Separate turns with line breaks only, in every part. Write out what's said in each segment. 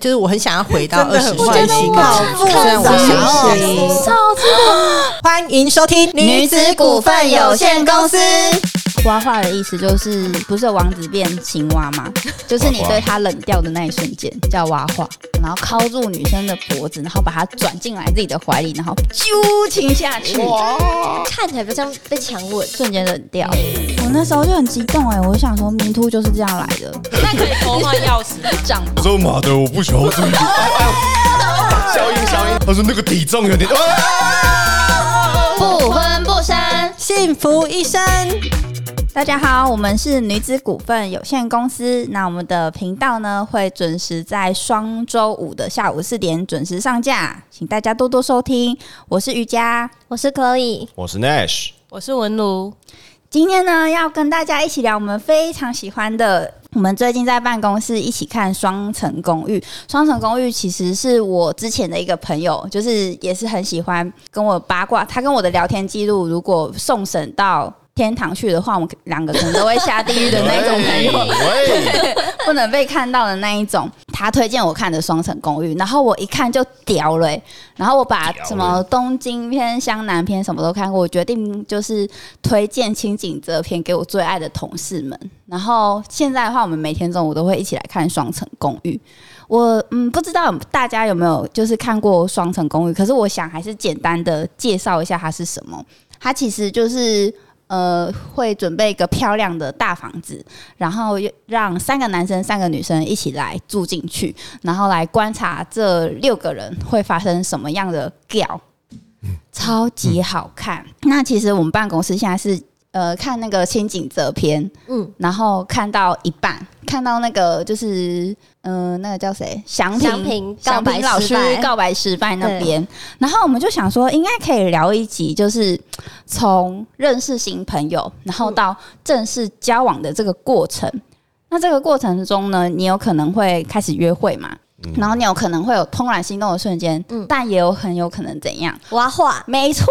就是我很想要回到
真
二
的
十
很
岁
欢
新
欣
高
好
峰，
哦
虽然我
看
想
到
要
这
学
个
习。
照片
欢迎收听
女子股份有限公司。
蛙化的意思就是不是有王子变青蛙 吗？就是你对他冷掉的那一瞬间叫蛙化，然后靠住女生的脖子，然后把她转进来自己的怀里，然后揪亲下去，
看起来不像被强吻，
瞬间冷掉。我那时候就很激动哎、我想说迷途就是这样来的，
那可以偷换钥匙。
长
我说妈的，我不想要这个。消音消音。他说那个体重有点。哎
不婚不生。
幸福一生，
大家好，我们是女子股份有限公司。那我们的频道呢，会准时在双周五的下午四点准时上架，请大家多多收听。我是瑜伽，
我是 Chloe，
我是 Nash，
我是文如，
今天呢，要跟大家一起聊我们非常喜欢的。我们最近在办公室一起看《双层公寓》，《双层公寓》其实是我之前的一个朋友，就是也是很喜欢跟我八卦。他跟我的聊天记录，如果送审到天堂去的话，我们两个可能都会下地狱的那种朋友。
喂，
不能被看到的那一种。他推荐我看的《双层公寓》，然后我一看就屌了欸、然后我把
屌了
什么东京篇、湘南篇什么都看过，我决定就是推荐清景泽篇给我最爱的同事们。然后现在的话，我们每天中午都会一起来看《双层公寓》。我嗯，不知道大家有没有就是看过《双层公寓》，可是我想还是简单的介绍一下它是什么。它其实就是呃，会准备一个漂亮的大房子，然后又让三个男生、三个女生一起来住进去，然后来观察这六个人会发生什么样的调，超级好看。那其实我们办公室现在是呃看那个清景泽篇，
嗯
嗯，然后看到一半，看到那个就是嗯、呃那个叫谁，祥平
祥平
祥
告白
平老
失
师
败
告白失败那边，然后我们就想说应该可以聊一集，就是从认识新朋友，然
嗯
后到正式交往的这个过程。那这个过程中呢，你有可能会开始约会嘛？然后你有可能会有怦然心动的瞬间，
嗯
但也有很有可能怎样？
娃画
没错，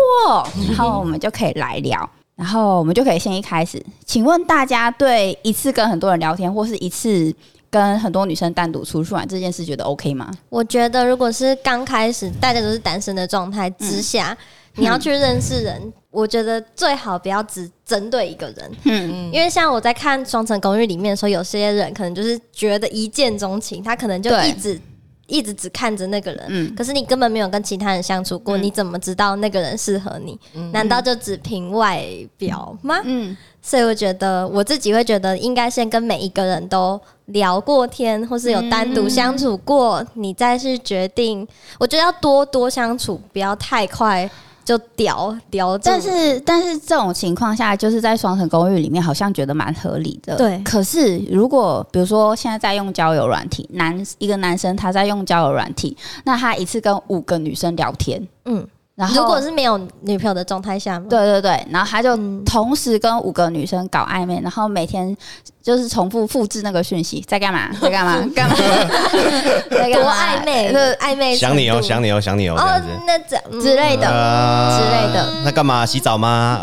然后我们就可以来聊，然后我们就可以先一开始，请问大家对一次跟很多人聊天，或是一次跟很多女生单独出去玩这件事，觉得 OK 吗？
我觉得如果是刚开始大家都是单身的状态之下，你要去认识人，我觉得最好不要只针对一个人，
嗯，
嗯，
因为像我在看《双层公寓》里面的时候，有些人可能就是觉得一见钟情，他可能就
对
一直一直只看着那个人，
嗯
可是你根本没有跟其他人相处过，
嗯
你怎么知道那个人适合你？
嗯
难道就只凭外表吗？
嗯，
所以我觉得我自己会觉得，应该先跟每一个人都聊过天，或是有单独相处过，你再去决定。我觉得要多多相处，不要太快就屌屌住。
但是但是这种情况下，就是在双层公寓里面，好像觉得蛮合理的。
对
可是如果比如说现在在用交友软体，男一个男生他在用交友软体，那他一次跟五个女生聊天，
嗯，
然后
如果是没有女朋友的状态下吗？
对对对，然后他就
嗯
同时跟五个女生搞暧昧，然后每天就是重复复制那个讯息，在干嘛？ 在干嘛？干嘛？ 在干
多
嘛
暧昧，
对
暧 昧
想你
哎
哦，想
你
你哦，想你哦，这样子
啊那这样
之
嗯
类的。
啊
之类的。
那干嘛？洗澡吗？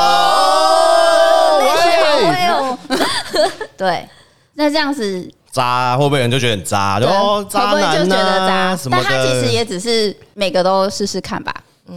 哦，喂，
哎
哦， 对，那这样子
渣会不会有人就觉得很渣？就
对
哦，渣
会不会就
男
觉得
呐
渣
什？么
但
的。
他其实也只是每个都试试看吧。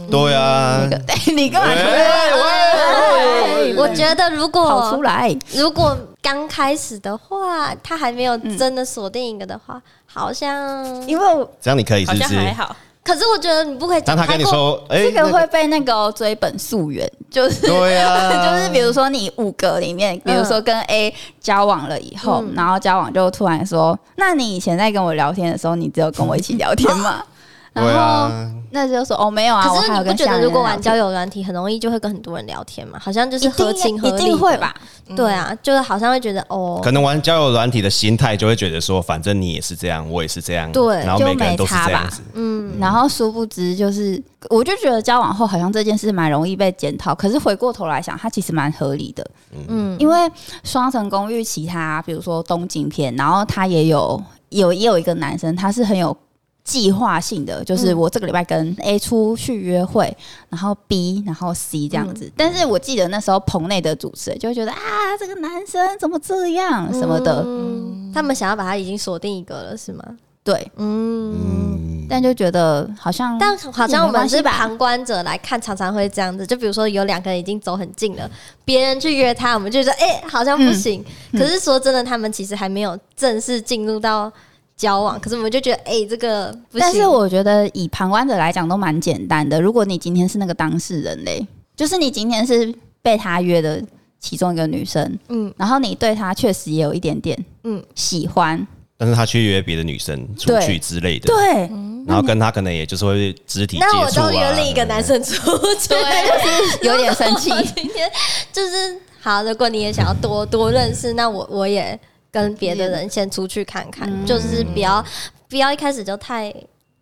对啊
嗯那。个， 对你干嘛
喂？喂喂
我觉得如
跑出
果
来？
如果刚开始的话，他还没有真的锁定一个的话，好像
因为我
这样你可以是
好
不
像
是？
还好，
可是我觉得你不可以
当
讲
他跟你
太过，
说，哎，
这
那
个会被那个哦追本溯源，就是
对啊，
就是比如说你五个里面，比如说跟 A 交往了以后，
嗯
然后交往就突然说，那你以前在跟我聊天的时候，你只有跟我一起聊天吗？然
对
后
啊，
那就说哦没有啊，
可
我
是
还有
你不
跟
觉
下
得
人
如果玩交
友
友软体，很容易就会跟很多人聊天嘛？好像就
一
是合
定
情合
一
理，
定会？吧？
对啊，就是好像会觉得哦
可，能玩交友软体的心态就会觉得说，反正你也是这样，我也是这样，
对
然后每个人都是这样子，
嗯，
然后殊不知就是，我就觉得交往后好像这件事蛮容易被检讨，可是回过头来想，它其实蛮合理的。嗯
嗯，
因为《双层公寓》其他比如说东京片，然后他也有有也有一个男生，他是很有。计划性的，就是
嗯
我这个礼拜跟 A 出去约会，然后 B，然后 C 这样子。
嗯
但是我记得那时候棚内的主持人就会觉得啊，这个男生怎么这样什么的，
嗯嗯他们想要把他已经锁定一个了，是吗？
对，
嗯，
嗯，
但就觉得好像，
但好像我们是
也没关系吧
旁观者来看，常常会这样子。就比如说有两个人已经走很近
嗯
了，别人去约他，我们就觉得哎、好像不行。
嗯
可是说真的，他们其实还没有正式进入到交往，可是我们就觉得哎、这个不行。
但是我觉得以旁观者来讲都蛮简单的。如果你今天是那个当事人嘞，就是你今天是被他约的其中一个女生，
嗯，
然后你对她确实也有一点点
嗯
嗯喜欢，
但是他去约别的女生出
对
去之类的，
对，
嗯
然后跟他可能也就是会肢体接
那我
触
都约
啊。
另一个男生出去，
就是有点生气。
今天就是好，如果你也想要多多认识，那我我也跟别的人先出去看看，
嗯
就是不要不要一开始就太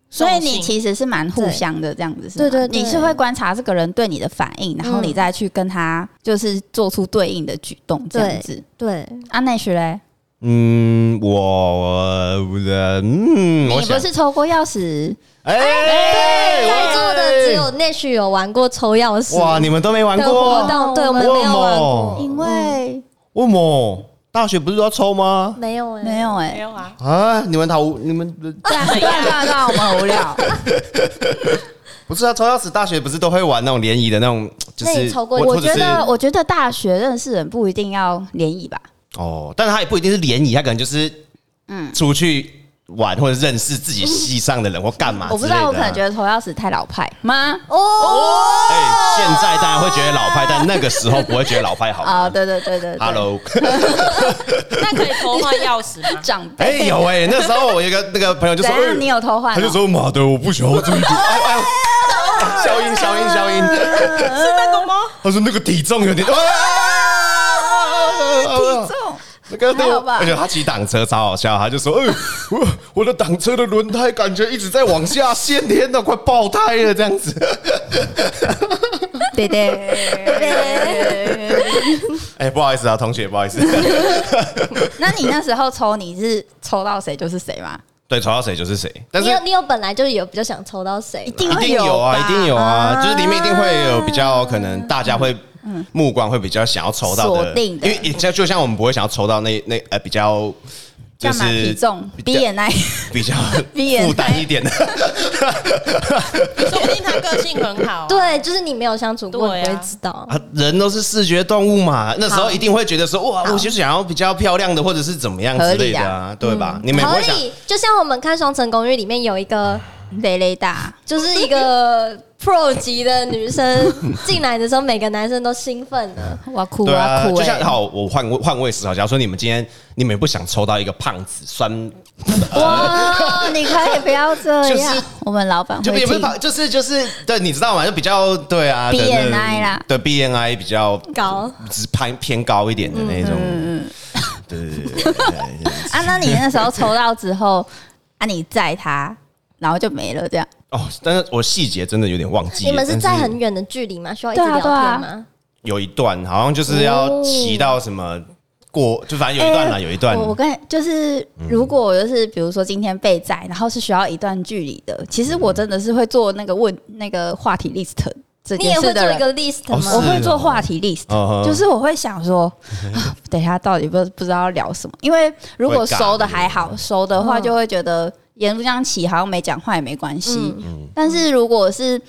所以你其实是蛮互相的这样子，是吗
对对对
你是会观察这个人对你的反应，然后
嗯
你再去跟他就是做出对应的举动这样子。
哎
对，
阿奈许嘞，
嗯，我我的嗯，
你
我想
不，是抽过钥匙？
哎，
在座的只有 Nash 有玩过抽钥匙
哇，你们都没玩
的活
过，啊
动，对我们没有玩过，
因为
为么？大学不是都要抽吗？
没有哎、
没有哎、
没有啊，
啊，你们好无，你们
对啊对啊对啊对啊，我们很无聊。
不是啊？抽钥匙，大学不是都会玩那种联谊的那种，就
那
是
你抽过
或
我
或者
觉
是
得，我觉得大学认识人不一定要联谊吧。
哦，但是他也不一定是联谊，他可能就是嗯
嗯
出去玩或者认识自己系上啊的人或干嘛、
我不知道，我可能觉
得。
得头钥匙太老派吗？
哦，
哎、现在当然会觉得老派，但那个时候不会觉得老派好。
啊，对对对对对？
Hello，
那可以偷换钥匙吗
长辈
哎、有哎、那时候我有一个那个朋友就
怎
说，
样？你
哎
有偷换
他
哦、
就说妈的，我不想要这一股，哎哎
哎消音消音消音，
那个吗？
他说那个体重有点，哎
体重
那个
还好吧
而且他骑挡车超好笑，他就说，哎、 我我的挡车的轮胎感觉一直在往下陷，天哪，快爆胎了这样子。
对对。
哎、不好意思啊，同学，不好意思。
那你那时候抽，你是抽到谁就是谁吗？
对，抽到谁就是谁，但
你
是
有你有本来就有比较想抽到谁吗？
定
一定有啊，
吧
一定有啊，就是里面一定会有比较可能大家会目光会比较想要抽到
嗯锁
的，
定的
因为就就像我们不会想要抽到那那呃比较就
干嘛
是
体重
比
B
较
眼 I
比较
BMI
负担一点 的，
说不定他个性很好、啊。
对，就是你没有相处过，
对
你
啊
不会知道。
啊人都是视觉动物嘛，那时候一定会觉得说哇，我就想要比较漂亮的或者是怎么样之类的啊，对吧？你们也不
合
会想
嗯
理，就像我们看《双城公寓》里面有一个，
雷雷大，
就是一个 pro 级的女生进来的时候，每个男生都兴奋的。
哇酷
对啊
哇，酷
就像
哎！
好，我换位换位思考，假如说你们今天你们也不想抽到一个胖子酸
哇，哦你可以不要这
就是
样，我们老板
就
哦会
也不是
听。
跑，就是就是对，你知道吗？就比较对啊
BNI
对对
啦
对 BNI 比较
高，
只偏偏高一点的那种。
嗯
对对对对对
啊，那你那时候抽到之后，啊，你载他，然后就没了这样。
哦，但是我细节真的有点忘记了。
你们是在
但
很远的距离吗？需要一直
对啊
聊天吗？
对
有一段，好像就是要骑到什么过，就反正有一段
哦
啦，
哎
有一段
我。我跟就是，如果我就是比如说今天被载，然后是需要一段距离的，其实我真的是会做那个问那个话题 list 这
啊你也
件
会
事
做
的
一
人。
个 list
哦
吗？
是
我会做话题 list，、
嗯哼
就是我会想 说，啊等一下到底不不知道要聊什么，因为如果
会尬
熟的还好，熟的话
嗯
就会觉得沿路这样起，好像没讲话也没关系
嗯，
但是如果是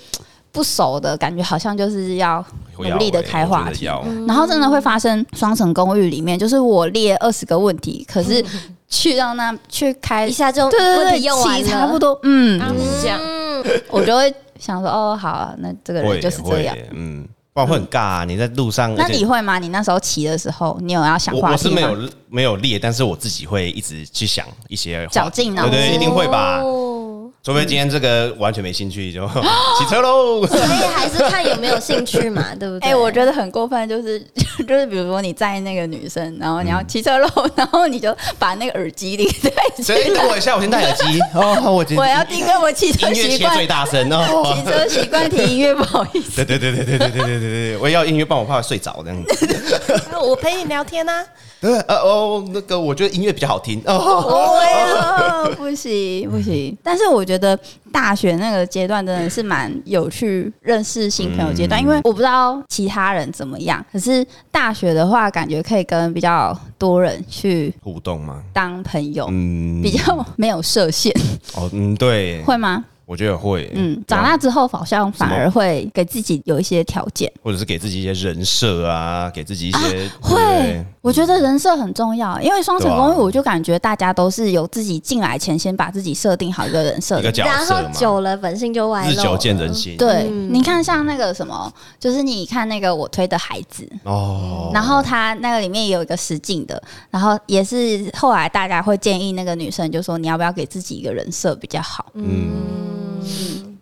不熟的感觉，好像就是要
会要
努力的
欸
开
我
话
觉得
题，嗯
要
然后真的会发生《双城公寓》里面，就是我列二十个问题，可是去到那去开
一下就
对对
问
对，
题用完
起差不
了。
多，嗯，
啊，是这样。
嗯，
我就会想说，哦，好、啊，那这个
会欸
人就是这样。
会嗯，不然会很尬啊。你在路上，
那
而且
你会吗？你那时候骑的时候，你有要想
我
话
我是
题
没
吗？
有没有列，但是我自己会一直去想一些话
绞尽脑
对
汁
对，一定会吧。
哦
除非今天这个完全没兴趣，就 骑车喽。
所以还是看有没有兴趣 嘛，对不对？
哎、我觉得很过分，就是 就是，比如说你载那个女生，然后你
嗯
要骑车喽， 然后你就把那个耳机拎在
所以
去，
等我一下，我先戴耳机。哦，我今
我要定跟我骑
音
车
乐
习
切最
惯，
大声
骑
哦。
车习惯听音乐，不好意思。
对对对对对对对对对对，我也要音乐，不然我怕我睡着这样子。
那我陪你聊天啊。
对，呃哦，那个我觉得音乐比较好听哦。
哦，不行不行。但是我觉得大学那个阶段真的是蛮有趣认识新朋友阶段，
嗯
因为我不知道其他人怎么样，可是大学的话，感觉可以跟比较多人去
互动吗？
当朋友，
嗯，
比较没有设限，
哦，嗯，对，
会吗？
我觉得会，
嗯，长大之后好像反而会给自己有一些条件。
或者是给自己一些人设啊，给自己一些、
会，我觉得人设很重要，因为双城公
对
寓，
啊
我就感觉大家都是有自己进来前先把自己设定好一个人设
一个
的。
角
然
色
后
嘛，
久了本性就歪
日
了
久。见人心，
对，
嗯
你看像那个什么，就是你看那个我推的孩子，
哦，
然后他那个里面也有一个实境的，然后也是后来大家会建议那个女生就说你要不要给自己一个人设比较好。
嗯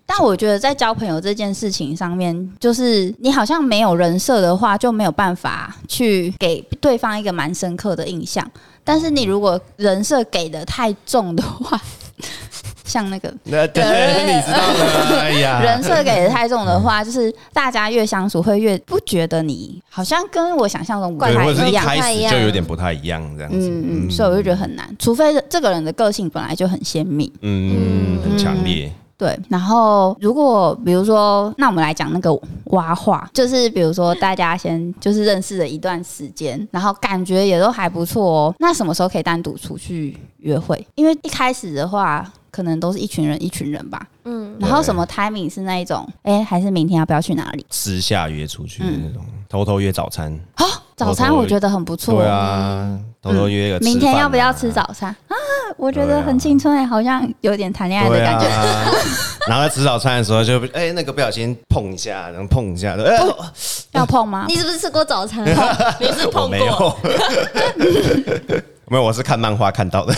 但我觉得在交朋友这件事情上面，就是你好像没有人设的话，就没有办法去给对方一个蛮深刻的印象。但是你如果人设给的太重的话， 像那个
那对，你知道的，哎呀，
人设给的太重的
嗯
话，就是大家越相处会越不觉得你好像跟我想象中不
对，
太
或者
一
是
样。
开始就有点不太一样这样子，
嗯嗯，所以我就觉得很难，除非这个人的个性本来就很鲜明。
嗯，很强烈，
对，然后如果比如说，那我们来讲那个挖话，就是比如说大家先就是认识了一段时间，然后感觉也都还不错哦。那什么时候可以单独出去约会？因为一开始的话，可能都是一群人一群人吧。嗯，然后什么 timing 是那一种，哎，还是明天要不要去哪里？
私下约出去
嗯
那种，偷偷约早餐，
啊
早餐我觉得很不错。嗯
对啊，偷偷约个吃饭啊，
明天要不要吃早餐啊？我觉得很青春哎、好像有点谈恋爱的
对
感
啊
觉。，
然后在吃早餐的时候就哎、那个不小心碰一下，然后碰一下，哎、
要碰 吗？
你是不是吃过早 餐？
你是
我
碰
没
过
有， 没有，我是看漫画看到的。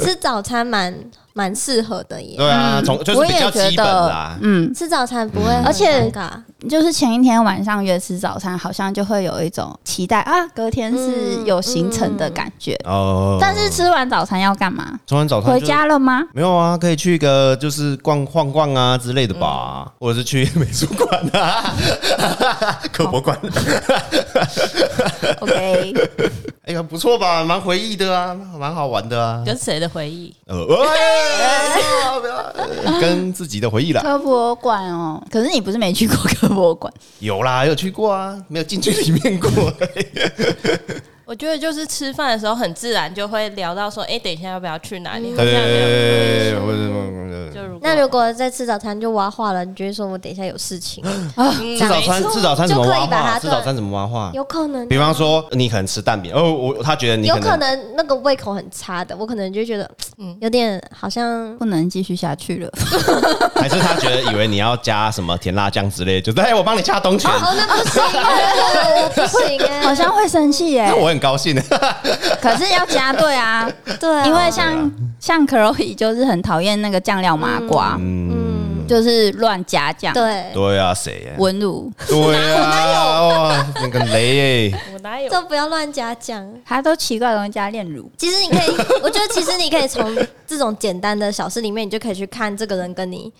吃早餐蛮蛮适合的耶，
对啊，从就是
我
比
也
较基
觉
本
得
啦，。
嗯，
吃早餐不会很尴尬，
而且就是前一天晚上约吃早餐，好像就会有一种期待啊，隔天是有行程的感觉。
哦，
但是吃完早餐要干嘛？
吃完早餐
回
就
家了 吗？
没有啊，可以去一个就是逛晃逛啊之类的吧，或者是去美术馆啊、科博馆，
OK，
哎呀，不错吧，蛮回忆的啊，蛮好玩的啊。
跟谁的回忆？
呃，哎不要不要跟自己的回忆啦，
科博馆哦，可是你不是没去过科博 馆？
有啦，有去过啊，没有进去里面过。
我觉得就是吃饭的时候很自然就会聊到说，哎、等一下要不要去哪
对
里？好像没有
我我
就如果
嗯那如果在吃早餐就挖话了，你就会说我等一下有事 情，
嗯
吃早餐
没错
吃早餐怎么
就可以
挖
把
话？
它
吃
对
早餐怎么挖话？
有可能
比方说，你可能吃蛋饼，哦，我他觉得你
有
可
可
能
能那个胃口很差的，我可能就觉得嗯有点好
哦
像
不能继续下去了。
还是他觉得以为你要加什么甜辣酱之类，就是哎，我帮你加冬泉，
哦那不行，
啊
我不行 哎，
好像会生气耶、
那我很高兴的。
可是要加对啊，
对啊，
因为像像 Chloe 就是很讨厌那个酱料麻瓜，
嗯，
就是乱加酱。，
嗯对，
对啊，谁呀？
文儒
对啊，哇，那个雷耶，
我哪有？
就不要乱加酱。
他都奇怪的东西加炼乳。
其实你可以， 我觉得其实你可以从这种简单的小事里面，你就可以去看这个人跟你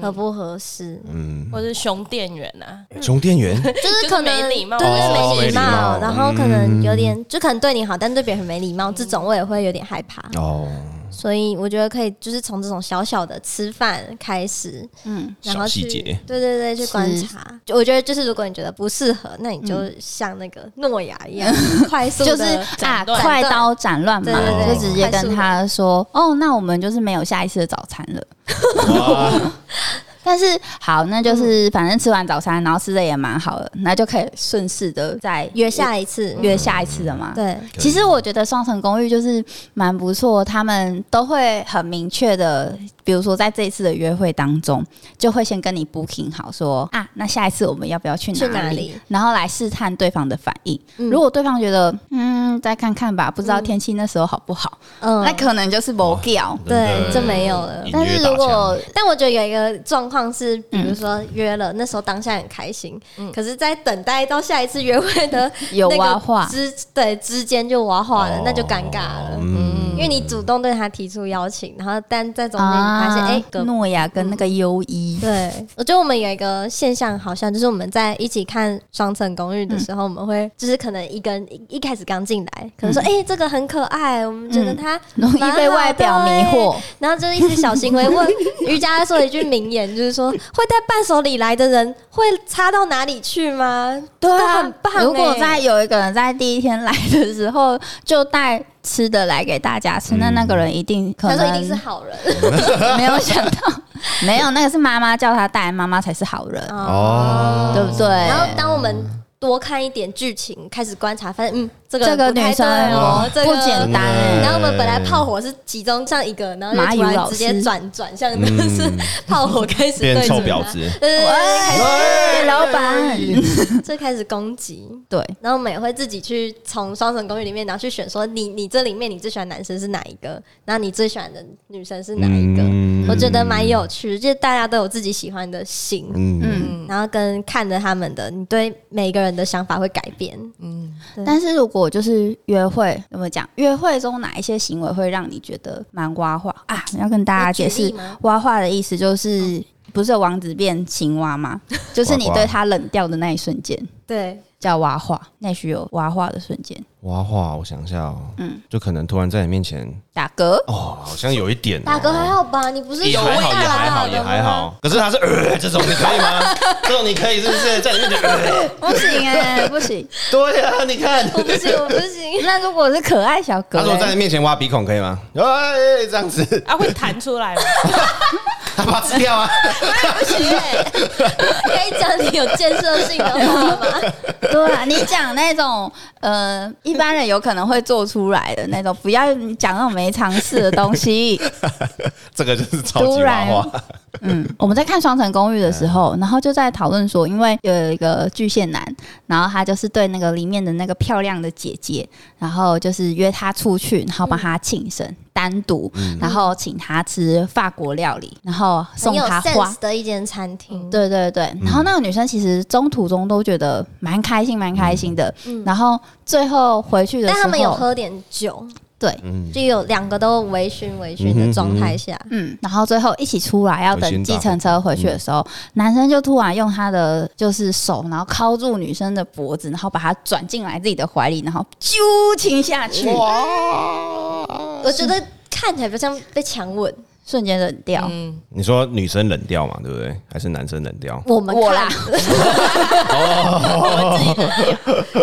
合不合适，
嗯，
我是熊店员啊，
熊店员，
就是可能
就是没礼貌
对
哦
对没
没礼
礼
貌嗯
貌，然后可能有点就可能对你好，但对别人很没礼貌，这种我也会有点害怕。
哦，
所以我觉得可以就是从这种小小的吃饭开始，
嗯，
然后
小细
去
节
对对对，去观察。就我觉得就是如果你觉得不适合，那你就像那个诺亚一样，快速
就
地
是啊，
斩断
快刀斩乱麻
对
对，对
就直接跟他说：“哦，那我们就是没有下一次的早餐了。
哇，”
但是好，那就是反正吃完早餐，然后吃的也蛮好的，那就可以顺势的再
约下一次，
约下一次嗯的嘛。
对，
其实我觉得双层公寓就是蛮不错，他们都会很明确的，比如说在这一次的约会当中，就会先跟你 booking 好说啊，那下一次我们要不要去哪里？
去哪里
然后来试探对方的反应。
嗯
如果对方觉得嗯再看看吧，不知道天气那时候好不好，
嗯
那可能就是某调。
对这没有了
隐
但
约
是
打
如果
枪
但我觉得有一个状况是，比
嗯
如说约了，那时候当下很开心，可是，在等待到下一次约会的
有
那个
挖话
之对之间就挖话了，
哦
那就尴尬了。
嗯
因为你主动对他提出邀请，然后但在中间你发现，哎、隔
啊诺亚跟那个优一，
对，我觉得我们有一个现象，好像就是我们在一起看《双层公
嗯
寓》的时候，我们会就是可能一个人一一开始刚进来，可能
嗯
说哎、诶这个很可爱，我们觉得他
容易被外表迷惑。
然后就一直小行为问瑜伽说了一句名言，就是说会带伴手礼来的人会差到哪里去吗？
对啊
都很棒欸
如果在有一个人在第一天来的时候就带吃的来给大家吃，那那个人一定可
他说
能
一定是好人
没有想到，没有那个是妈妈叫他带，妈妈才是好人，
哦
对不对？
然后当我们多看一点剧情，开始观察，发现嗯，这个
这个
不太
女生
对哦，这
不
个
简
真
单
的
哎，
然后我们本来炮火是集中上一个，然后就突然直接转转向，就是炮火开始对
嗯变臭
准
婊
他，
子，
对对对，
喂，老板，
最开始攻击。
对，
然后我们也会自己去从《双城公寓》里面，然后去选说你你这里面你最喜欢男生是哪一个，然后你最喜欢的女生是哪一个？
嗯
我觉得蛮有趣，就是大家都有自己喜欢的型，
嗯，
嗯。
嗯，然后跟看着他们的，你对每个人的想法会改变。对
但是如果就是约会，怎么讲？约会中哪一些行为会让你觉得蛮蛙化啊？要跟大家解
有
释
举例吗，
蛙化的意思就是不是有王子变青蛙吗？就是你对他冷掉的那一瞬间
对，
叫蛙化，内需有蛙化的瞬间，
哇哇，我想一下哦，嗯，就可能突然在你面前，
打嗝。
哦，好像有一点哦，
大哥还好吧？你不是
也
说
还好，也还好，
大哥
也
吗
还好。可是他是呃，这种你可以 吗？这种你可以是不是在你面前？呃
不行哎、 不行。
对啊，你看，
我不行，我不行。
那如果是可爱小
他
哥
说在
嘞，
你面前挖鼻孔可以吗？哎，这样子，
啊， 会弹出来吗？
他把它吃掉啊。
不行、欸，可以讲你有建设性的话吗？
对啊，你讲那种呃，一般人有可能会做出来的那种，不要讲那种没尝试的东西。
这个就是超级娃娃，
嗯，我们在看《双城公寓》的时候，然后就在讨论说，因为有一个巨蟹男，然后他就是对那个里面的那个漂亮的姐姐，然后就是约她出去，然后帮她庆生，单独，然后请她吃法国料理，然后送
很有
她花
sense。的一间餐厅，
对对对，然后那个女生其实中途中都觉得蛮开心，蛮开心的。然后最后回去的
嗯
时
但
候，
他们有喝点酒，
对，
嗯，
就有两个都微醺微醺的状态下，
嗯，然后最后一起出来要
我先
等
打
计程车回去的时候，男生就突然用他的就是手，然后铐住女生的脖子，然后把她转进来自己的怀里，然后揪亲下去，
我觉得看起来不像被强吻。
瞬间冷掉。
嗯，
你说女生冷掉嘛，对不对？还是男生冷 掉？
我们
我
看
啦，
哦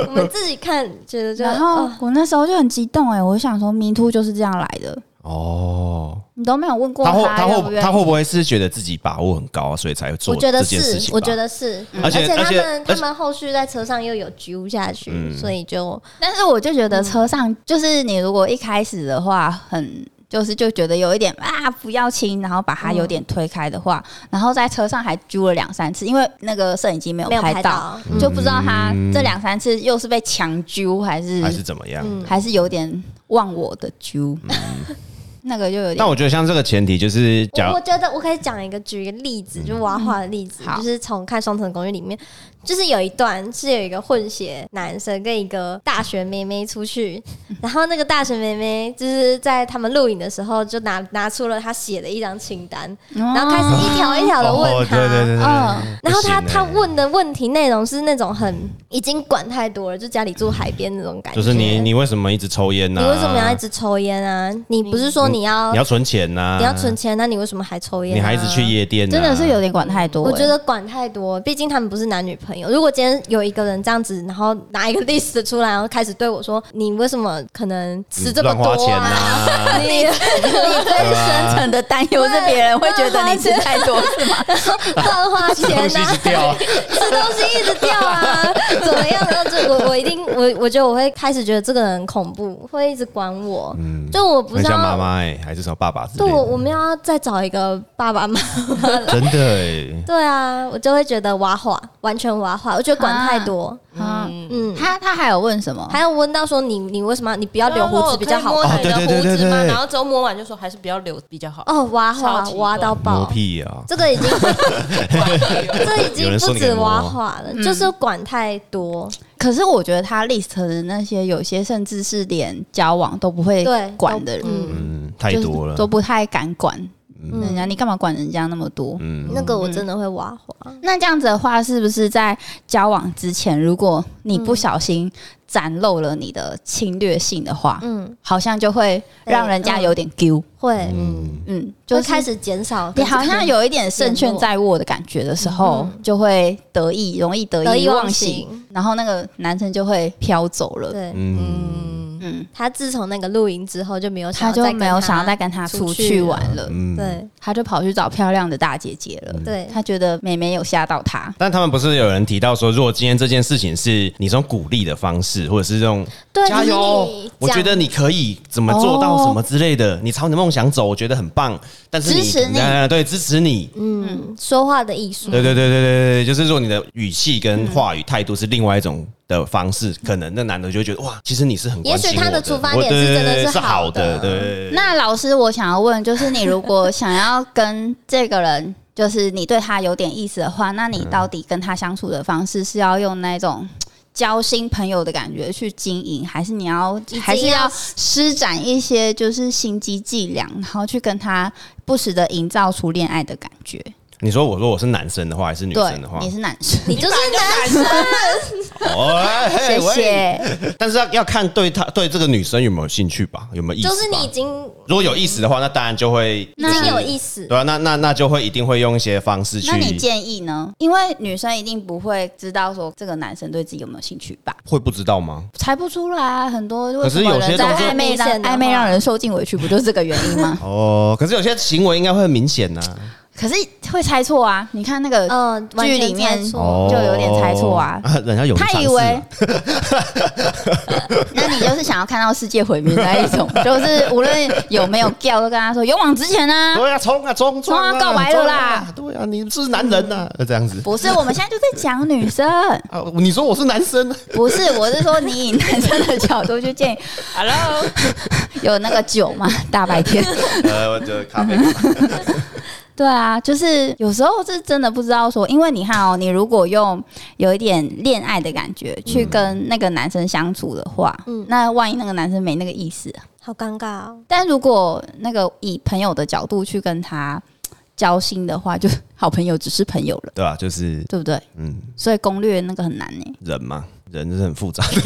我们自己看觉得就
然后
哦
我那时候就很激动哎、我就想说迷途就是这样来的，
哦，
你都没有问过
他会
他
他
愿不
会
愿
他
意。
会不会是觉得自己把握很高啊，所以才会做
我
这
觉得
件事情
是，
吧？
我觉得是，
而且而
他
且
们
而
他
且
们后续在车上又有揪下去，
嗯
所以就
但是我就觉得车上就是你如果一开始的话很。就是就觉得有一点啊，不要亲，然后把它有点推开的话，然后在车上还揪了两三次，因为那个摄影机没有
没有
拍
拍
到，
到。
就不知道他这两三次又是被强揪还是
还是嗯怎么样？
嗯
还是有点忘我的揪， 那个就有
但
点
我觉得像这个前提就是，假
我我
如嗯
觉得我可以讲一个举一个例子，就是娃娃的例子，
好
就是从看《双层公寓》里面，就是有一段是有一个混血男生跟一个大学妹妹出去，然后那个大学妹妹就是在他们录影的时候就拿拿出了她写的一张清单，
然
然后开始一条一
哦
条的问他。
嗯
然后他
不行欸
他问的问题内容是那种很已经管太多了，就家里住海边那种感觉。
就是你，你为什么一直抽烟呢、
你为什么要一直抽烟啊？你不是说你要
你要存钱呐、
你要存，钱，那你为什么还抽烟、啊？
你还一直去夜店、啊，
真的是有点管太多、
我觉
欸
得管太多，毕竟他们不是男女朋友。如果今天有一个人这样子，然后拿一个 list 出来，然后开始对我说：“你为什么可能吃这么
乱
多
花钱啊呐、
啊？” 你你
最深
啊
层的担忧是别人会觉得你吃太多，是吗？
乱花钱
东西一
呐、
直 掉，啊
吃东西一直掉啊，怎么样？然后就我我一定我我觉得我会开始觉得这个人很恐怖，会一直管我。就我不
嗯很
知
像妈
道，
妈哎，还是什么爸爸之
对
类
我
的，
我们要再找一个爸爸妈妈来
真的 哎、
对啊，我就会觉得挖话，完全挖话，我觉得管太多。
嗯，
啊
嗯，
他他还有问什么？
还有问到说你你为什么要你不要留胡子比较好
摸
看？
你的
哦对对
胡
对
子
对
吗？
对
然后之后摸完就说还是不要留比较 好。
哦，挖
超
话
级多
挖到
磨
爆，
屁啊！
这个已 经这已
有
经
人说
不
你
止
很
挖
魔
话了，就是管太多。
可是我觉得他 list 的那些，有些甚至是连交往都不会
对
管的人，
嗯，
嗯，太
就是
多了
都。不太敢管
嗯
人家。你干嘛管人家那么多？
嗯，
那个我真的会挖花。
那这样子的话，是不是在交往之前，如果你不小心展露了你的侵略性的话，
嗯，
好像就会让人家有点丢，
会，
嗯，
嗯，就
就是开始减少。
你好像有一点胜券在握的感觉的时候，就会得意，容易嗯得
得
意
意
忘
忘
形
形，
然后那个男生就会飘走了。
对，
嗯
嗯，
他自从那个露营之后就没有想
他
要再
就
跟
没有想要再跟他
他
出
出
去
去
玩了，
嗯，
对
他就跑去找漂亮的大姐姐
嗯
了。
对
他觉得妹妹有吓到他，
但他们不是有人提到说，如果今天这件事情是你是用鼓励的方式，或者是这种
对，
加油
就是你，
我觉得
讲
你可以怎么做到什么之类
哦
的，你朝你的梦想走，我觉得很棒。但是你
支持你
哎对，支持你，
嗯说话的艺术，
对对对对对对，就是说你的语气跟话语态度是另外一种的方式，可能那男的就会觉得哇，其实你是很关心
也许他
我的
的出发点
我对
是真的
对对
是
是好
好的
对对对
那老师，我想要问，就是你如果想要跟这个人，就是你对他有点意思的话，那你到底跟他相处的方式是要用那种？交心朋友的感觉去经营，还是你要
经要
还是要施展一些就是心机伎俩，然后去跟他不时的营造出恋爱的感觉。
你说我说我是男生的话还是女
对
生的话，？
你是男 生，
你就是男生，
哦，哎
谢。
喂
谢。
但是要要看对他对这个女生有没有兴趣吧，有没有意思
就
吧？
是你已经
如果有意思的话，那当然就会
已经有意思，
对啊，那那那就会一定会用一些方式去
那，你建议呢？因为女生一定不会知道说这个男生对自己有没有兴趣吧？
会不知道吗？
猜不出来啊，很多
可
为
是
什么
有些
人在
东西？
暧昧
明
让
显的话
暧昧让人受尽委屈，不就是这个原因吗
哦，可是有些行为应该会很明显啊呐、
可是会猜错啊！你看那个
嗯，完
剧
全
里面
猜错
哦，
就有点猜错啊
人家有
他以 为，那你就是想要看到世界毁灭那一 种，就是无论有没有 g 都跟他说勇往直前啊！
对啊，冲啊冲冲
冲啊告白了啦
冲啊对啊，你是男人呐、呃 这样子
不是，我们现在就在讲女生，
啊，你说我是男生，啊
不是，我是说你以男生的角度去建议，
Hello，
有那个酒嘛，大白天。
呃，我就咖啡，
对啊，就是有时候是真的不知道说，因为你看哦，你如果用有一点恋爱的感觉去跟那个男生相处的话，嗯
嗯，
那万一那个男生没那个意思啊、
好尴尬哦。
但如果那个以朋友的角度去跟他嘖交心的话，就 好朋友只是朋友了，
对吧、啊就是
对不对？
嗯，
所以攻略那个很难呢、
人嘛，人就是很复杂的。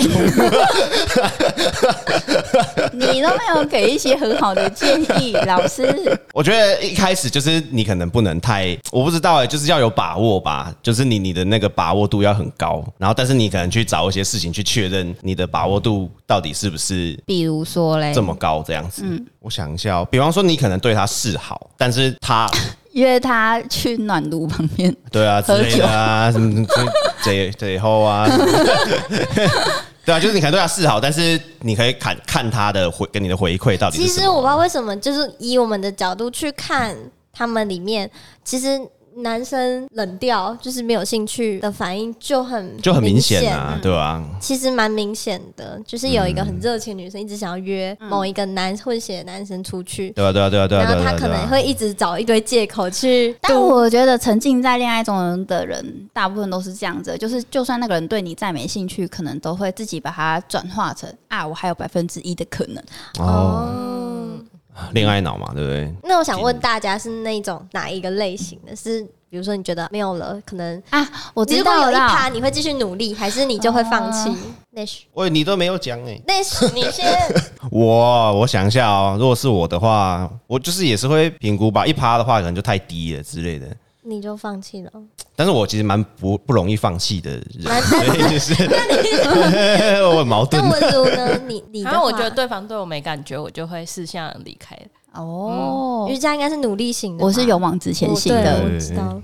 你都没有给一些很好的建议，老师。
我觉得一开始就是你可能不能太，我不知道哎、就是要有把握吧，就是你你的那个把握度要很高，然后但是你可能去找一些事情去确认你的把握度到底是不是
比如说嘞
哎
这，么高这样子。
嗯
我想一下、哦，比方说你可能对他示好，但是 他
约他去暖炉旁边，
对啊之
喝酒
类的啊，什么最最 后啊，什么对啊，就是你可能对他示好，但是你可以看看他的回跟你的回馈到底
其
是什
实我
么。
不知
啊
道为什么，就是以我们的角度去看他们里面，其实男生冷掉就是没有兴趣的反应就很
就很明
显
显啊，嗯对啊，
其实蛮明显的，就是有一个很热情的女生一直想要约
嗯
某一个男混血的男生出去，
对啊，对啊，对啊，对啊，
然
对
后
啊
他可
对
能
啊，
会一直找一堆借口去，
但我觉得沉浸在恋爱中的人，大部分都是这样子的，就是就算那个人对你再没兴趣，可能都会自己把它转化成啊，我还有百分之一的可能。
哦，
哦。
恋爱脑嘛，对不对？
那我想问大家是那种哪一个类型的？是比如说你觉得没有了，可能
啊我
你
知
如果
道哦
有一趴
了，
你会继续努力，还是你就会放弃？那是
喂，你都没有讲哎、
那是你先
我我想一下哦，如果是我的话，我就是也是会评估吧，一趴的话可能就太低了之类的。
你就放弃 了，
但是我其实蛮不不容易放弃的人，
蛮
所以就是 我很矛盾
那。文如呢？你你的
然后我
话
觉得对方对我没感觉，我就会事项离开。
哦
瑜，伽应该是努力型的吧，
我是勇往直前
我
型
对
的。
我知道。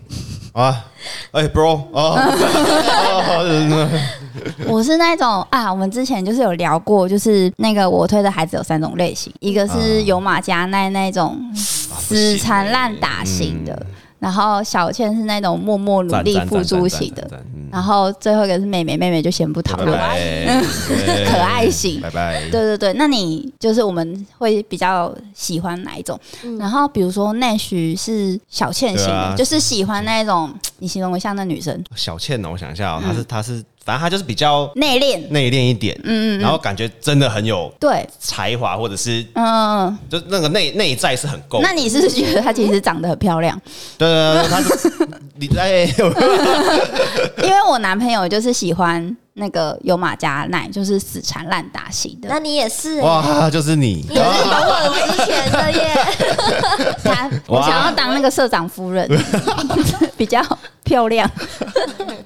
啊，哎、b r o 哦， 哦
我是那种啊，我们之前就是有聊过，就是那个我推的孩子有三种类型，一个是有马加奈那种
哦
死缠烂打型的，然后小倩是那种默默努力付出型的，，然后最后一个是妹妹，妹妹就先不讨
拜
论。
拜，
可爱型
拜拜，
对对对，那你就是我们会比较喜欢哪一种？然后比如说 Nash 是小倩型的，
对啊
就是喜欢那一种，你形容一下那女生，嗯
小倩呢？我想一下、哦，她是她是反正他就是比较
内敛，
内敛一点，嗯嗯，然后感觉真的很有
对，
才华，或者是
嗯嗯。嗯
就那个内内在是很够的。
那你是不是觉得她其实长得很漂亮？
对对对，他是 你哎，
因为我男朋友就是喜欢那个有马加奈，就是死缠烂打型
那
的。
你也是、欸，
哇，就是你
你也是懂我之前的耶，
他我想要当那个社长夫 人，比较漂 亮。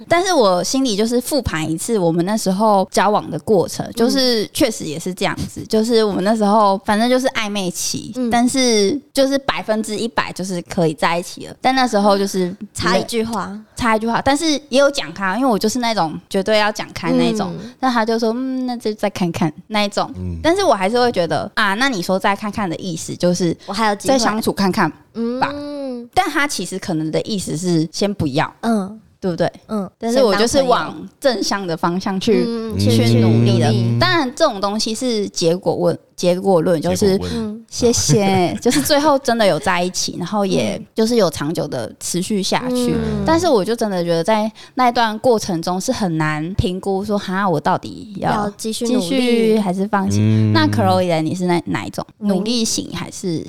但是我心里就是复盘一次我们那时候交往的过程，就是确实也是这样子，就是我们那时候反正就是暧昧期，但是就是百分之一百就是可以在一起了。但那时候就是
插一句话，
插一句话，但是也有讲开，因为我就是那种绝对要讲开那一种。那、他就说，嗯，那就再看看那一种。但是我还是会觉得啊，那你说再看看的意思就是
我还有机
再
会。
相处看看，吧
嗯
但他其实可能的意思是先不要，
嗯
对不对？
嗯，
但是我就是
先当朋友
往正向的方向去、
嗯
去努力的。
嗯
当然，这种东西是结果论，结果论就是
嗯
谢谢， 就是最后真的有在一起，然后也就是有长久的持续下去。
嗯
但是我就真的觉得在那一段过程中是很难评估说，哈，我到底
要
要
继续
继
努
续
力。
还是放弃？
嗯
那 Chloe 呢你是哪哪一种？
嗯
努力型还是？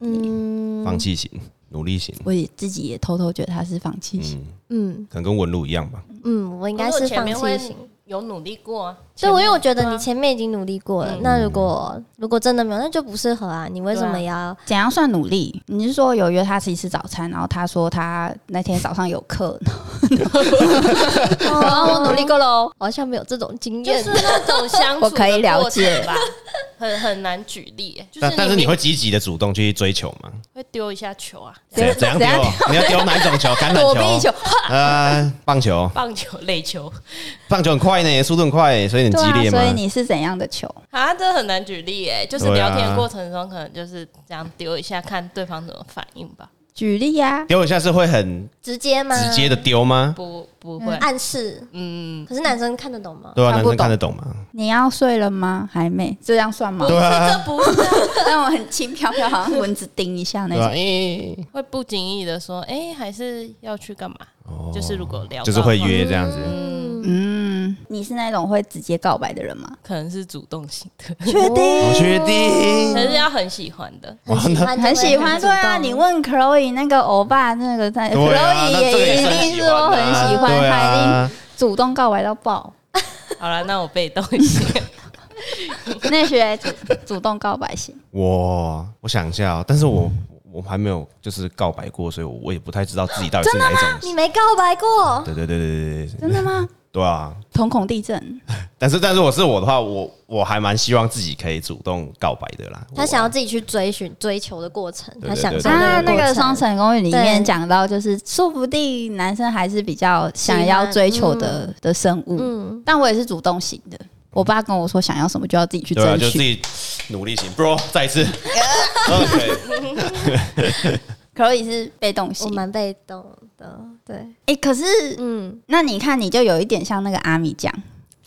嗯
放弃型、努力型，
我也自己也偷偷觉得他是放弃型。
嗯，
嗯
可能跟文路一样吧。
嗯，我应
应
该是
前
放
面
弃
会
型。
有努力过啊。
对，我因为我觉
对
得
啊
你前面已经努力过了，
嗯
那如果如果真的没有，那就不适合啊。你为什么要？
怎样算努力？你是说有约他吃一次早餐，然后他说他那天早上有课， 然后我努力，过喽。
哦我好像没有这种经
就
验
是。那种 相处，
我可以了解
吧，很很难举例、欸，就
但
是
但是你会积极的主动去追求吗？
会丢一下球啊，
怎怎样
怎样
丢？你要丢哪一种 球？橄
躲避
榄
球
球？， 呃，棒球，
棒球、垒球
棒球很快呢，速度很快， 所以很
对
激
啊，
烈嘛
所。以你是怎样的球？
啊，这很难举例哎、就是
对啊
聊天的过程中，可能就是这样丢一下，看对方怎么反应吧。
举例啊呀、
丢一下是会很
直接吗？
直接的丢
嗯
吗？
不，不会，
暗示，
嗯，
可是男生看得懂吗？
对啊，
看
男
不
生看得懂吗？
你要睡了吗？还没，这样算吗
不？是，这不是啊
让我很轻飘飘，好像蚊子叮一下那
对啊吧？
种。
诶
会不经意的说，哎、还是要去干嘛？
哦
就是如果聊到
就是会约这样子，
嗯，
嗯，你是那种会直接告白的人吗？
可能是主动型的，
确定
我确定
可是要很喜欢的。
很喜欢就会
很喜欢，
很主动
对啊，你问 Chloe 那个欧巴那个在
对啊，
，Chloe
那这个
也
也
一
是很
定说很喜欢，
啊对
他一定
啊，
主动告白到爆。
好了，那我被动 一些，
那学主 主动告白型，
我我想一下、哦，但是我我还没有就是告白过，所以我也不太知道自己到底是哪一种。
你没告白过，
对对对对对对，
真的吗？
对啊！
瞳孔地震，
但是但是我是我的话，我我还蛮希望自己可以主动告白的啦。
他
我
想要自己去追寻追求的过程，
对
他享受
对
啊，
那
那
个过
个《双
程。
城公寓》里面
对
讲到，就是说不定男生还是比较想要追求的、的生物，
嗯
但我也是主动型的。我爸跟我说想要什么就要自己去
对啊，
争
就自
取。
己努力型，bro，再 一次。OK，呃
可以是被动
我
型，
蛮被动的，对，
哎、可是
嗯
那你看，你就有一点像那个阿米酱，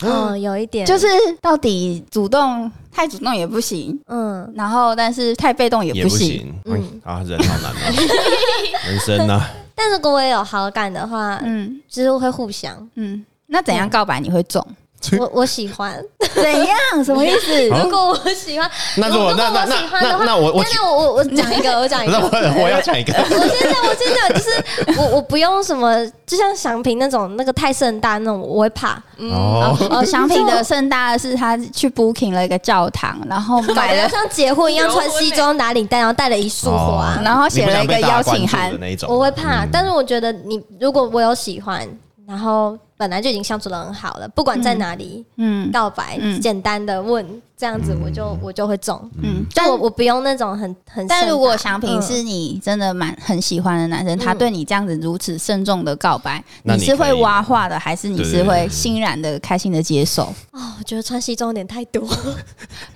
嗯，有一点，
就是到底主动太主动也不行，
嗯，
然后但是太被动也
也
不
不
行。
行，嗯啊，人好 难啊，人生啊，
但如果我也有好感的话，
嗯
就是会互相，
嗯，那怎样告白你会 中？
我我喜欢，
怎样？什么意思？
如果我喜欢，
那如果
如果
那
我
那
喜
那
欢的
那
话
那我我
那那我我我讲一 个，我讲一
不是
个，
我我要讲一个，
我先讲，我先讲，就是我我不用什么，就像祥平那种那个太盛大那种，我会怕。
哦，
哦，祥平 的盛大的是他去 booking 了一个教堂，然后买
要
了，
像结婚一样穿西装打领带，然后带了一束花，
哦嗯
然后写了一个邀请函
你不想被大家关注的。那一种，啊
我会怕。但是我觉得你如果我有喜欢，然后本来就已经相处的很好了，不管在哪里、
嗯
告白，
嗯
简单的问这样子，我就我就会中。
嗯，
但
但
我我不用那种很很盛大，
但如果祥平
嗯
是你真的蛮很喜欢的男生，他对你这样子如此慎重的告白，
那
你
你
是会
可以
挖话的，还是你
对
是会欣然的、开心的接受
哦，我觉得穿西装有点太多，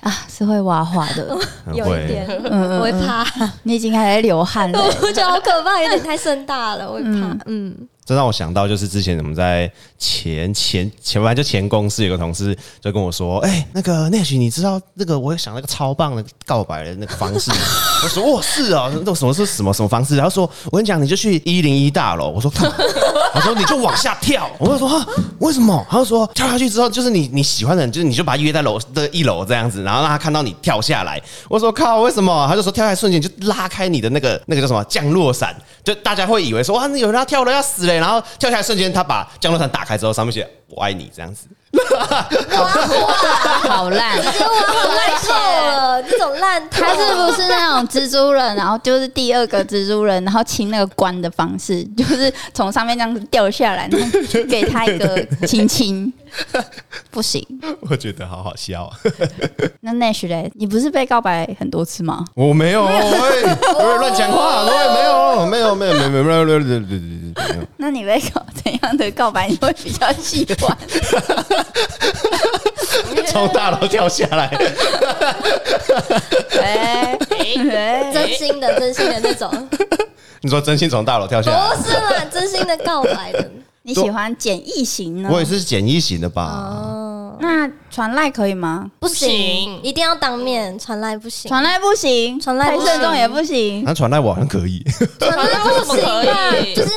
啊？是会挖话 的，
很
有一
会
点
嗯
我会，
嗯嗯
怕。
你已经开始流汗了。
我觉得好可怕，有点太盛大了，我会怕。嗯，
这让我想到，就是之前我们在前前前反正就前公司有个同事就跟我说：“哎、那个 Nash，你知道那个我想那个超棒的告白的那个方式吗？” 我说：“哦，是哦，那什么是什么什么方式？”然后说：“我跟你讲，你就去一零一大楼。”我说：“干嘛？” 他说：“你就往下跳。”我就说：“啊，为什么？”他就说：“跳下去之后，就是你你喜欢的人，就是你就把他约在楼的一楼这样子，然后让他看到你跳下来。”我说：“靠，为什么？”他就说：“跳下来瞬间就拉开你的那个那个叫什么降落伞，就大家会以为说哇，那有人要跳了要死嘞，然后跳下来瞬间他把降落伞打开之后，上面写‘我爱你’这样子。”
好烂。
因为我很烂透了，这种烂 透
他是不是那种蜘蛛人？然后就是第二个蜘蛛人，然后亲那个关的方式，就是从上面这样子掉下来，然后 给他一个亲亲，不行。
我觉得好好笑啊！
那 Nash 嘞，你不是被告白很多次吗？
我没有，喂，不是乱讲话，我也没有，没有，没有，没有，没有，没有，没有，没有，没有。
那你被告怎样的告白你会比较喜 欢？
从大楼跳下来，
哎哎，
真心的、真心的那种，
你说真心从大楼跳下来，
不是啦，真心的告白 的。
你喜欢简易型呢？
我也是简易型的吧？
哦，
那传赖可以吗？
不
行
一定要当面传来不行，
传赖不行，
传赖
拍
不行
摄中也不行。
那传来我好像可以，
传来不行吧
可以？
就是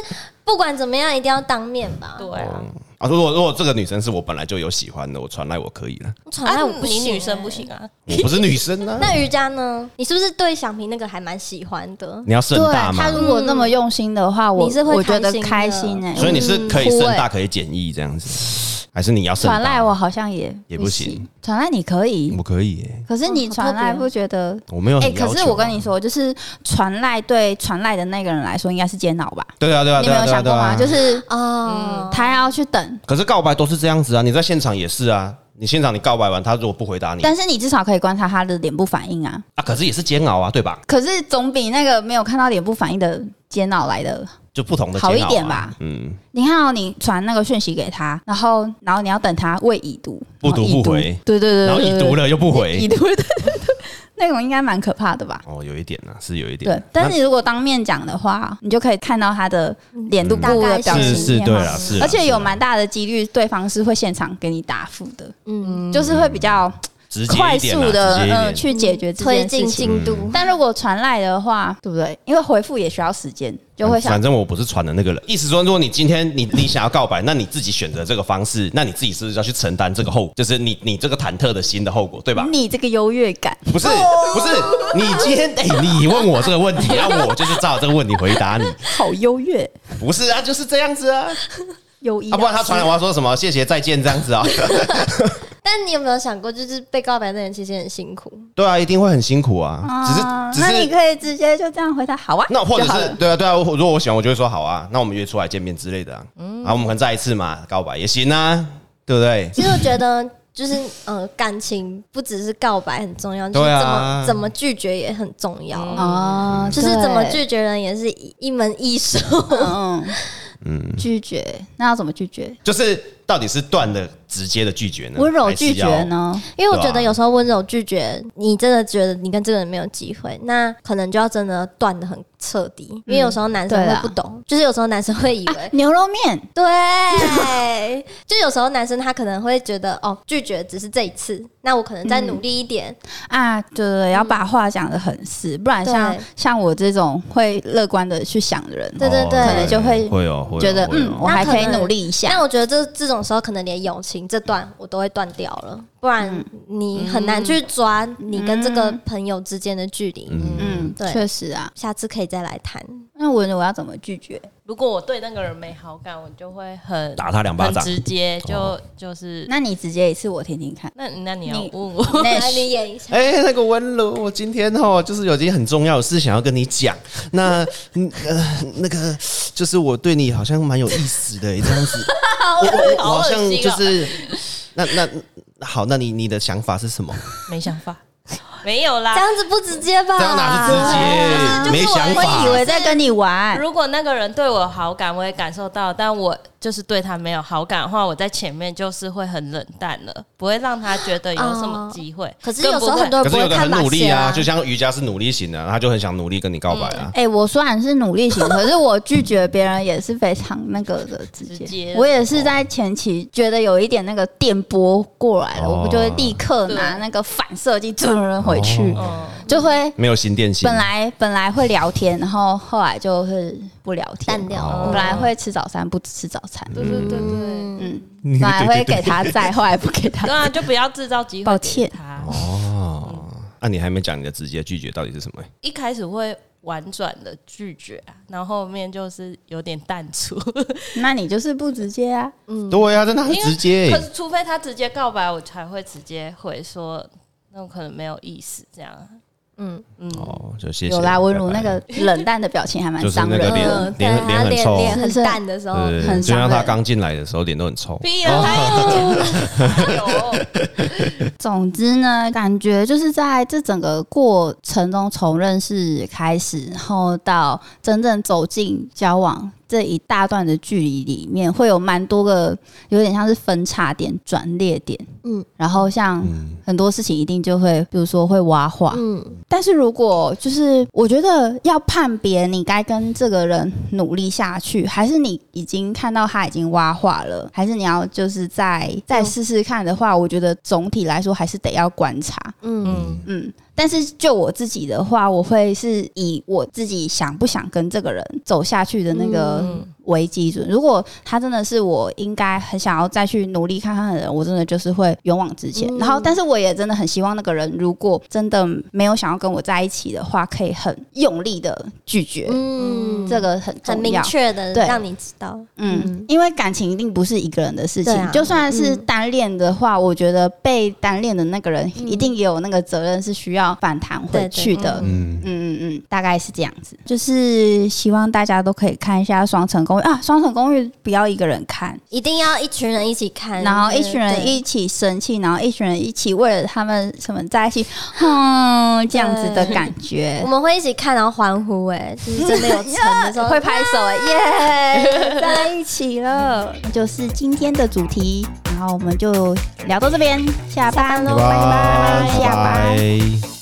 不管怎么样，一定要当面吧。
对啊，
啊，如果如果这个女生是我本来就有喜欢的，我传来我可以了，
传啊来我不
啊你
行，
女生不。行啊，
我不是女生啊。
那瑜伽呢？你是不是对想平那个还蛮喜欢的？
你要盛
他
大吗？
如果那么用心的话，我
你是会
我觉得开
开
心
心的
哎、
所以你是可以
嗯
盛
哭欸
大，可以简易这样子，还是你要盛
嗯
大？
传赖我好像也
也不行，
传赖你可以
嗯
我，可以耶，
可是你传赖不觉得？
我没有
哎、
很要求啊。
可是我跟你说，就是传赖对传赖的那个人来说，应该是煎熬吧？
对啊，对啊，
你
对
没
啊，
有
对啊
想过吗？就。
对啊
是
哦，
嗯他要去等，
可是告白都是这样子啊，你在现场也是啊，你现场你告白完，他如果不回答你
但是你至少可以观察他的脸部反应啊。
啊，可是也是煎熬啊，对吧？
可是总比那个没有看到脸部反应的煎熬来的
就不同的煎
好
熬啊
一点吧。
嗯，
你看哦，你传那个讯息给他，然后然后你要等他未已读，
不读
然后已
不回
对对对，
然后已读
了
了又不
已
回，
读对对对， 那种应该蛮可怕的吧？
哦，有一点啊，是有一点。
对，但是你如果当面讲的话，你就可以看到他的脸部
嗯
部的表
那
情
是是，
变
对
化，
啊，是啊，
而且有
是啊
蛮大的几率对方是会现场给你答复的，
嗯，
就是会比较
直接
快
一点啊
速的
直接一
嗯
点
去解决这
推
件事
进
情。
进度。
但如果传赖的话，对不对？因为回复也需要时间，就会想
反正我不是传的那个人。意思说，如果你今天你你想要告白，那你自己选择这个方式，那你自己是不是要去承担这个后，就是你你这个忐忑的心的后果，对吧？
你这个优越感。
不是不是，你今天哎、你问我这个问题，然后我就是照这个问题回答你，
好优越，
不是啊，就是这样子啊，
优异。
啊，不然他传来我要说什么？谢谢再见这样子啊？
但你有没有想过，就是被告白的人其实很辛苦，对
对啊，一定会很辛苦啊，
啊
只是只
那你
是。
可以直接就这样回答，好啊，
那或者
就好
是
了
对啊对啊，如果我喜欢，我就会说好啊，那我们约出来见面之类的啊，
嗯
然后我们可能再一次嘛告白也行啊，对不对？
其实我觉得，就是呃，感情不只是告白很重要，就是
对
怎么、
啊
怎么拒绝也很重要。嗯
哦，
就是怎么
对
拒绝人也是一一门艺术，
嗯嗯，拒绝，那要怎么拒绝？
就是到底是断的、直接的拒绝呢？
温柔拒
嗯
绝
还是要？
呢？
因为我
对啊
觉得有时候温柔拒绝，你真的觉得你跟这个人没有机会，那可能就要真的断的很彻底，因为有时候男生
对
会
啊
不懂，就是有时候男生会以为、
牛肉面，
对，就有时候男生他可能会觉得哦，拒绝只是这一次，那我可能再努力一点，
啊，对对对，要把话讲的很死，不然像
对
像我这种会乐观的去想的人，
对对对
哦
可能就会
会哦，会哦
觉得
会哦
嗯，我还
那
可
可
以
能
努力一下
但。我觉得这这种时候，可能连友情这段我都会断掉了，不然你很难去抓你跟这个朋友之间的距离。
嗯，
对
确实啊。
下次可以再来谈。
那我我要怎么拒绝？
如果我对那个人没好感，我就会很
打他哦两巴
很
掌，
直接，就就是。
那你直接一次我听听看
那那你要
你
问我，
那
来，你演一下。
哎、那个温柔，我今天哦，就是有件很重要的事想要跟你讲。那 嗯呃，那个就是我对你好像蛮有意思的，这 样子。我我我
好
好
恶
啊
心
像
哦
就是那那那好，那你你的想法是什么？
啊
没想法，没有啦
这。样子不直接吧？
这样哪是直接？没想
我以
法。
为在跟你玩，
哎如果那个人对我有好感，我也感受到，但我就是对他没有好感的话，我在前面就是会很冷淡了，不会让他觉得有什么机会、
可是
更
有时候
不会
很多人
可是
不
有
会
的
看
很
马
努力
戏
啊，就像瑜伽是努力型的，他就很想努力跟你告白啊。
哎、我虽然是努力型，可是我拒绝别人也是非常那个的直接。
直接
我也是在前期觉得有一点那个电波过来了，
哦
我不就会立刻拿那个反射镜转回去，
嗯，
就会
没有心电心，
本来本来会聊天，然后后来就是不聊天，
淡掉
本来会吃早餐，不吃早餐，
对对对对，
嗯，本来会给他在，后来不给他
对
载。
啊，就不要制造机会。
抱歉，
他
哦，那、你还没讲你的直接拒绝到底是什么、
一开始会婉转的拒绝啊，然后后面就是有点淡出。
那你就是不直接啊，
对啊，真的很直接、
可是除非他直接告白，我才会直接回说，那我可能没有意思这样。
嗯
嗯，
哦，就谢谢。
有啦，温
拜
如那
拜
个冷淡的表情还蛮
就是
伤
那
人的。
个脸
嗯，对，
脸很
他
脸很
脸
臭
脸很
是
淡的时候，
对对对，
哦很
就
伤
像他
人
刚进来的时候脸都很臭。
毕业 还有
总之呢，感觉就是在这整个过程中，从认识开始，然后到真正走进交往这一大段的距离里面，会有蛮多个有点像是分叉点、转捩点。嗯
嗯，
然后像
嗯
很多事情一定就会，比如说会挖话，
嗯，
但是如果就是我觉得要判别你该跟这个人努力下去，还是你已经看到他已经挖化了，还是你要就是再再试试看的话，我觉得总体来说还是得要观察。
嗯，
嗯，但是就我自己的话，我会是以我自己想不想跟这个人走下去的那个
嗯
为基准。如果他真的是我应该很想要再去努力看看的人，我真的就是会勇往直
嗯
前。然后，但是我也真的很希望那个人，如果真的没有想要跟我在一起的话，可以很用力的拒绝。
嗯，
这个很
很
重
明
要，
确的
对
让你知道，
嗯，因为感情一定不是一个人的事情，
对啊
就算是单恋的话，我觉得被单恋的那个人一定也有那个责任是需要反弹回去的。嗯嗯嗯，大概是这样子，就是希望大家都可以看一下《双城公寓》啊，《双城公寓》不要一个人看，
一定要一群人一起看，
然后一群人
对
一起生气，然后一群人一起为了他们什么在一起， 哼，这样子的感觉
我。们会一起看，然后欢呼、哎，就是真的 有成的时候，
会拍手哎、耶、
在一起了。
就是今天的主题，然后我们就聊到这边，下班喽，
拜
拜拜，下班。
拜。